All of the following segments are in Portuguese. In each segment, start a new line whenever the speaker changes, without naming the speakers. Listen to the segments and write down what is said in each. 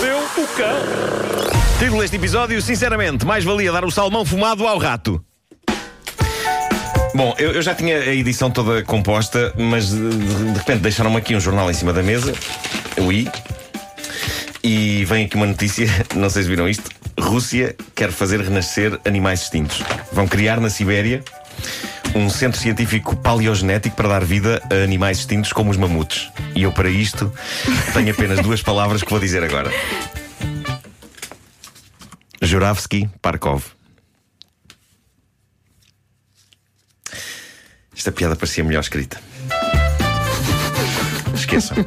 boca!
Título deste episódio, sinceramente, mais valia dar o salmão fumado ao rato. Bom, eu, eu já tinha a edição toda composta, mas de, de- de repente deixaram-me aqui um jornal em cima da mesa, o I, e vem aqui uma notícia, não sei se viram isto. Rússia quer fazer renascer animais extintos. Vão criar na Sibéria um centro científico paleogenético para dar vida a animais extintos como os mamutes. E eu, para isto, tenho apenas duas palavras que vou dizer agora: Juravsky Parkov. Esta piada parecia melhor escrita. Esqueçam.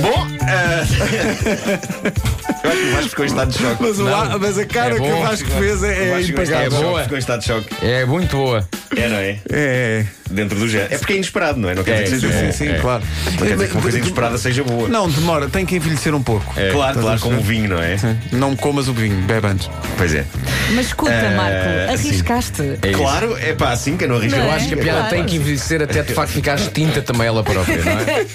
Bom, eh, eu acho que o Vasco ficou em estado de choque.
Mas, o ar- mas a cara
É
que o
bom.
Vasco fez
O
é, é
Vasco ficou em estado de
impagável.
choque,
boa.
Ficou em estado de choque.
É muito boa.
É, não é?
É,
Dentro do género. É porque é inesperado, não é? Não quer
É,
dizer que
sim,
seja
sim,
bom.
sim,
é.
claro.
Não quer dizer que uma coisa
Mas-
inesperada seja boa.
Não, demora, tem que envelhecer um pouco.
Claro, claro, como o vinho, não é?
Não comas o vinho, bebe antes.
Pois é.
Mas escuta,
Eh,
Marco,
sim.
arriscaste.
É isso.
Claro, é pá, assim que eu não arrisco.
Não
Eu
é?
acho que a piada
Claro.
tem que envelhecer até de facto ficar extinta também ela própria, não é?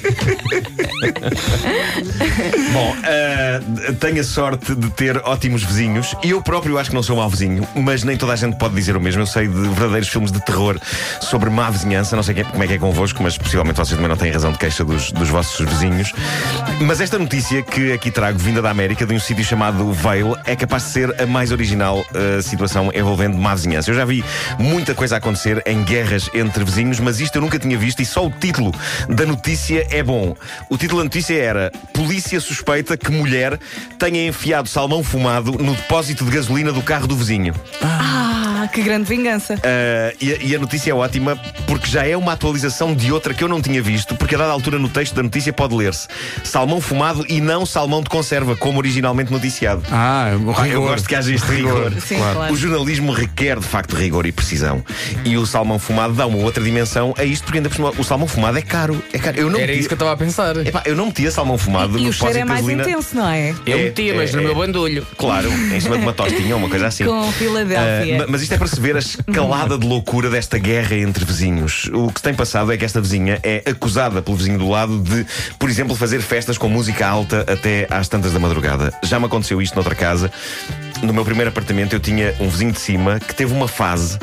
Bom, eh, tenho a sorte de ter ótimos vizinhos. Eu próprio acho que não sou mau vizinho, mas nem toda a gente pode dizer o mesmo. Eu sei de verdadeiros filmes de terror sobre má vizinhança. Não sei que- como é que é convosco, mas possivelmente vocês também não têm razão de queixa dos, dos vossos vizinhos. Mas esta notícia que aqui trago, vinda da América, de um sítio chamado Vale, é capaz de ser a mais original eh, situação envolvendo má vizinhança. Eu já vi muita coisa acontecer em guerras entre vizinhos, mas isto eu nunca tinha visto e só o título da notícia é bom. O título da notícia era Polícia suspeita que mulher tenha enfiado salmão fumado no depósito de gasolina do carro do vizinho.
Ah, que grande vingança.
Uh, e, a- e a notícia é ótima porque já é uma atualização de outra que eu não tinha visto, porque a dada altura no texto da notícia pode ler-se salmão fumado e não salmão de conserva, como originalmente noticiado.
Ah, o
Pá,
rigor.
eu gosto que haja este rigor.
Sim, claro. claro.
O jornalismo requer de facto rigor e precisão. E o salmão fumado dá uma outra dimensão a isto, porque ainda por cima o salmão fumado é caro. É caro. Eu não
Era
metia-
isso que eu estava a pensar.
Epá, eu não metia salmão fumado
E
no
o cheiro
depósito
é
de
mais
gasolina.
intenso, não é?
Eu
É,
metia, mas
é,
no
é.
meu bandulho.
Claro, em cima de uma tostinha, uma coisa assim.
Com Filadélfia.
Ah, ma- mas isto é para se ver a escalada de loucura desta guerra entre vizinhos. O que se tem passado é que esta vizinha é acusada pelo vizinho do lado de, por exemplo, fazer festas com música alta até às tantas da madrugada. Já me aconteceu isto noutra casa. No meu primeiro apartamento eu tinha um vizinho de cima que teve uma fase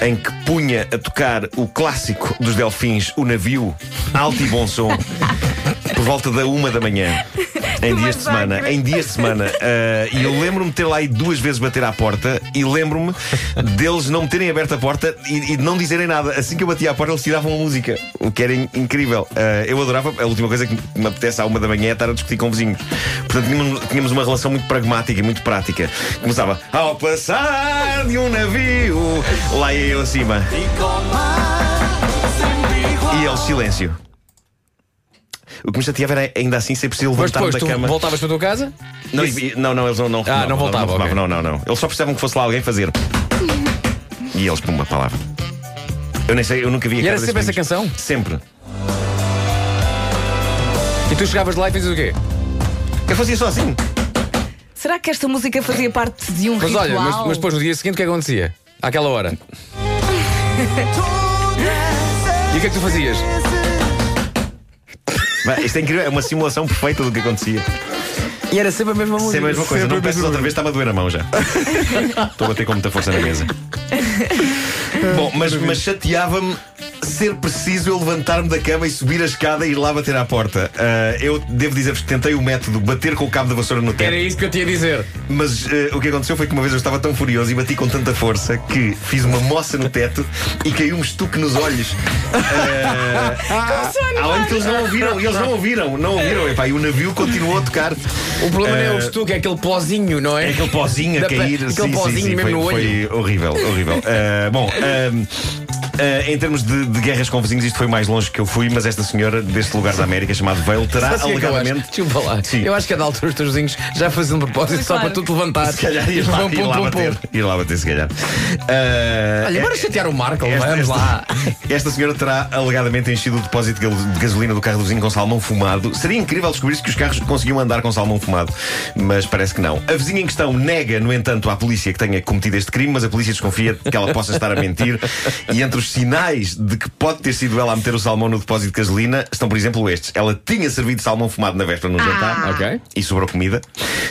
em que punha a tocar o clássico dos delfins, o navio, alto e bom som, por volta da uma da manhã, em dias de semana. Em dias de semana. Ah, e eu lembro-me de ter lá ido duas vezes bater à porta e lembro-me deles não me terem aberto a porta e, e de não dizerem nada. Assim que eu batia à porta, eles tiravam a música, o que era in- incrível. Ah, eu adorava, a última coisa que me apetece à uma da manhã é estar a discutir com vizinhos. Portanto, tínhamos, tínhamos uma relação muito pragmática e muito prática. Começava ao passar de um navio, lá ia eu acima. E eles, silêncio. O que me chateava era ainda assim ser preciso
Mas
levantar-me
depois
da
tu
cama.
voltavas para a tua casa?
Não, e- não, não, eles não, não
Ah, não voltava,
Não,
ok.
não, não, não. Eles só precisavam que fosse lá alguém fazer. E eles, pum, uma palavra. Eu nem sei, eu nunca vi a
E era
cara
sempre
desses
essa
meninos.
canção?
Sempre.
E tu chegavas lá e fazes o quê?
Eu fazia só assim.
Será que esta música fazia parte de um
Mas
ritual?
olha, mas, mas depois no dia seguinte o que é que acontecia? Àquela hora. E o que é que tu fazias?
Vai, Isto é incrível, é uma simulação perfeita do que acontecia.
E era sempre a mesma
Isso é a mesma coisa, não peças outra vez, está-me a doer a mão já. Estou a bater com muita força na mesa. Bom, mas, mas chateava-me ser preciso eu levantar-me da cama e subir a escada e ir lá bater à porta. Ah, eu devo dizer-vos que tentei o método bater com o cabo da vassoura no teto.
Era isso que eu tinha a dizer.
Mas eh, o que aconteceu foi que uma vez eu estava tão furioso e bati com tanta força que fiz uma moça no teto e caiu um estuque nos olhos. Uh, além de que eles não ouviram, eles não ouviram, não ouviram. Epá, e o navio continuou a tocar.
O problema não é o
Eh,
estuque, é aquele pozinho, não
É
é?
aquele pozinho a
Da-
cair.
aquele
sim, sim,
pozinho
sim,
mesmo
foi,
no olho.
foi horrível, horrível. Ah, bom, ahm, ah, em termos de, de guerras com vizinhos, isto foi mais longe que eu fui, mas esta senhora deste lugar da América, chamado Vale, terá
Sabe o que é que eu acho?
Ah, alegadamente.
Desculpa lá.
Sim.
Eu acho que a da altura os teus vizinhos já faziam de propósito
Mas
só
claro.
para tu te levantar.
Se calhar ir lá,
Pum,
ir
pum,
lá
pum,
bater.
pum.
Ir lá bater, se calhar. Ah,
Olha, bora
é-
chatear o Marco,
esta-
Então vamos
esta-
lá.
Esta senhora terá alegadamente enchido o depósito de gal- de gasolina do carro do vizinho com salmão fumado. Seria incrível descobrir-se que os carros conseguiam andar com salmão fumado, mas parece que não. A vizinha em questão nega, no entanto, à polícia que tenha cometido este crime, mas a polícia desconfia que ela possa estar a mentir. E entre os Os sinais de que pode ter sido ela a meter o salmão no depósito de gasolina estão, por exemplo, estes. Ela tinha servido salmão fumado na véspera num jantar
Ah. Ok.
e sobrou comida.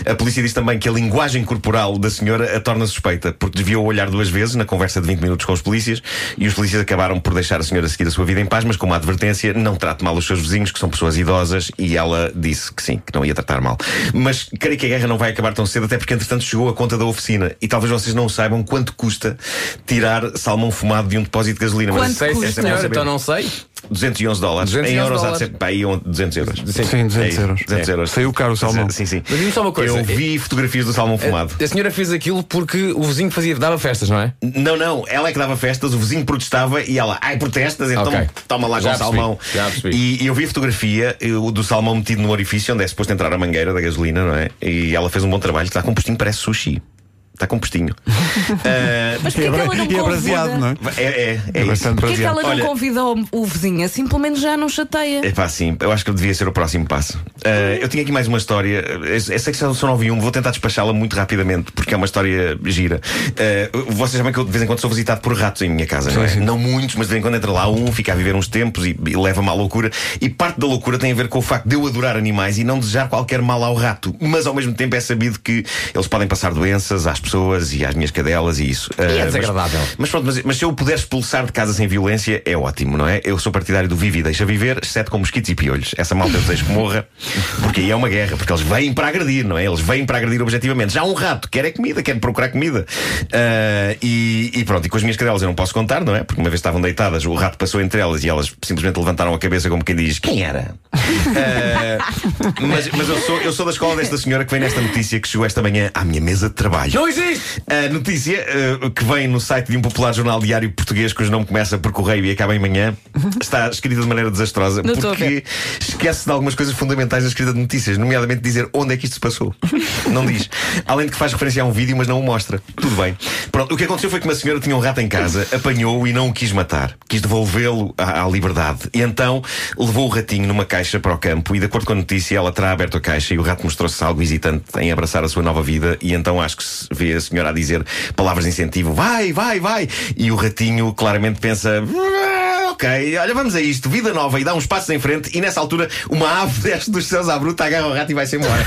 A polícia diz também que a linguagem corporal da senhora a torna suspeita, porque desviou o olhar duas vezes na conversa de 20 minutos com os polícias e os polícias acabaram por deixar a senhora seguir a sua vida em paz, mas com uma advertência: não trate mal os seus vizinhos, que são pessoas idosas, e ela disse que sim, que não ia tratar mal. Mas creio que a guerra não vai acabar tão cedo, até porque entretanto chegou a conta da oficina e talvez vocês não saibam quanto custa tirar salmão fumado de um depósito de gasolina.
Quanto
mas é
Sei, sim,
custa?
senhor, então não sei.
211 dólares.
211
em euros há de
dólares.
ser. Pá, aí on- 200 euros.
Sim, 200
É,
euros.
200
É.
euros.
Saiu caro o salmão.
Sim, sim.
Mas diz-me só uma coisa. É,
Eu vi fotografias do salmão fumado.
A senhora fez aquilo porque o vizinho fazia, dava festas, não é?
Não, não, ela é que dava festas, o vizinho protestava e ela, ai, protestas, então
Ok.
toma lá
Já
com o
percebi,
salmão.
já percebi.
E eu vi a fotografia eu, do salmão metido no orifício onde é suposto entrar a mangueira da gasolina, não é? E ela fez um bom trabalho, está com um postinho, parece sushi. Está com um postinho. Ah,
Mas porquê é que ela não
E é braseado, não
convida?
é?
é, é,
É
é isso.
bastante
Porquê é que
braseado.
ela não
Olha-
convida o, o vizinho? Assim pelo menos já não chateia.
É pá, sim, eu acho que devia ser o próximo passo. Ah, eu tinha aqui mais uma história. Essa é secção são 9 e 1, vou tentar despachá-la muito rapidamente, porque é uma história gira. Ah, vocês sabem que eu de vez em quando sou visitado por ratos em minha casa, não é? Não muitos, mas de vez em quando entra lá um, fica a viver uns tempos e, e leva-me à loucura. E parte da loucura tem a ver com o facto de eu adorar animais e não desejar qualquer mal ao rato. Mas ao mesmo tempo é sabido que eles podem passar doenças às pessoas e às minhas cadelas e isso. Ah,
é
mas-
desagradável.
mas pronto, mas, mas se eu puder expulsar de casa sem violência, é ótimo, não é? Eu sou partidário do vive e deixa viver, exceto com mosquitos e piolhos. Essa malta eu desejo que morra, porque aí é uma guerra, porque eles vêm para agredir, não é? Eles vêm para agredir objetivamente. Já um rato quer é comida, quer procurar comida. Ah, e, e pronto, e com as minhas cadelas eu não posso contar, não é? Porque uma vez estavam deitadas, o rato passou entre elas e elas simplesmente levantaram a cabeça como quem diz: Quem era? Ah, mas mas eu, sou, eu sou da escola desta senhora que vem nesta notícia que chegou esta manhã à minha mesa de trabalho.
Não existe!
A notícia eh, que vem no site de um popular jornal diário português, cujo nome começa por correio e acaba em manhã, está escrita de maneira desastrosa
Não estou a
porque esquece de algumas coisas fundamentais na escrita de notícias, nomeadamente dizer onde é que isto se passou. não diz. Além de que faz referência a um vídeo, mas não o mostra. Tudo bem. Pronto, o que aconteceu foi que uma senhora tinha um rato em casa, apanhou-o e não o quis matar. Quis devolvê-lo à, à liberdade. E então levou o ratinho numa caixa para o campo e, de acordo com a notícia, ela terá aberto a caixa e o rato mostrou-se algo hesitante em abraçar a sua nova vida. E então acho que se vê a senhora a dizer palavras de incentivo: vai, vai, vai. E o ratinho claramente pensa. "Ah, Ok, olha, vamos a isto. Vida nova e dá uns passos em frente. E nessa altura, uma ave desce dos céus à bruta, agarra o rato e vai-se embora.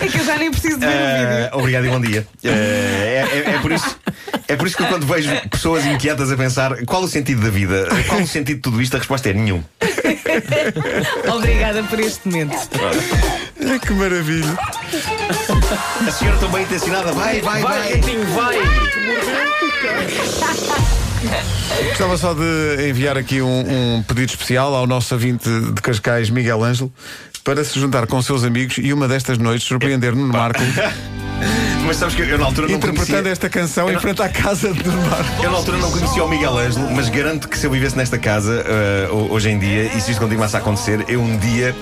É que eu já nem preciso de ver o vídeo.
Eh, obrigado e bom dia. Eh, é, é- é por isso, é por isso que eu quando vejo pessoas inquietas a pensar qual o sentido da vida, qual o sentido de tudo isto, a resposta é nenhum.
Obrigada por este momento.
Ai, É que maravilha.
A senhora também intencionada, vai, vai, vai.
Vai, gatinho, vai!
Gostava só de enviar aqui um, um pedido especial ao nosso ouvinte de Cascais, Miguel Ângelo, para se juntar com seus amigos e uma destas noites surpreender Nuno Marco
Mas sabes que eu, eu na altura não conhecia.
interpretando esta canção em frente à casa de Nuno Marco.
Eu na altura não conhecia o Miguel Ângelo, mas garanto que se eu vivesse nesta casa eh, ho- hoje em dia, e se isto continuasse a acontecer, eu um dia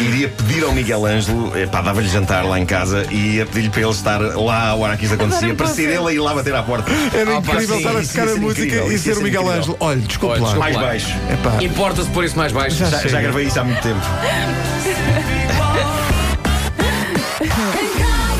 iria pedir ao Miguel Ângelo, eh, pá, dava-lhe jantar lá em casa e ia pedir-lhe para ele estar lá ao hora que isto acontecia,
Adoro
para ser
você.
ele a ir lá bater à porta.
Era
Ah, pá,
incrível
sim,
estar a
isso
tocar
ia
a
ser
música
incrível,
e
isso
ser
ia
o
ser
Miguel
incrível.
Ângelo. Olha, desculpe
Olha,
lá.
desculpe.
Mais
Claro.
baixo.
Epá,
Importa-se pôr isso mais baixo.
Já, já gravei isso há muito tempo.
And God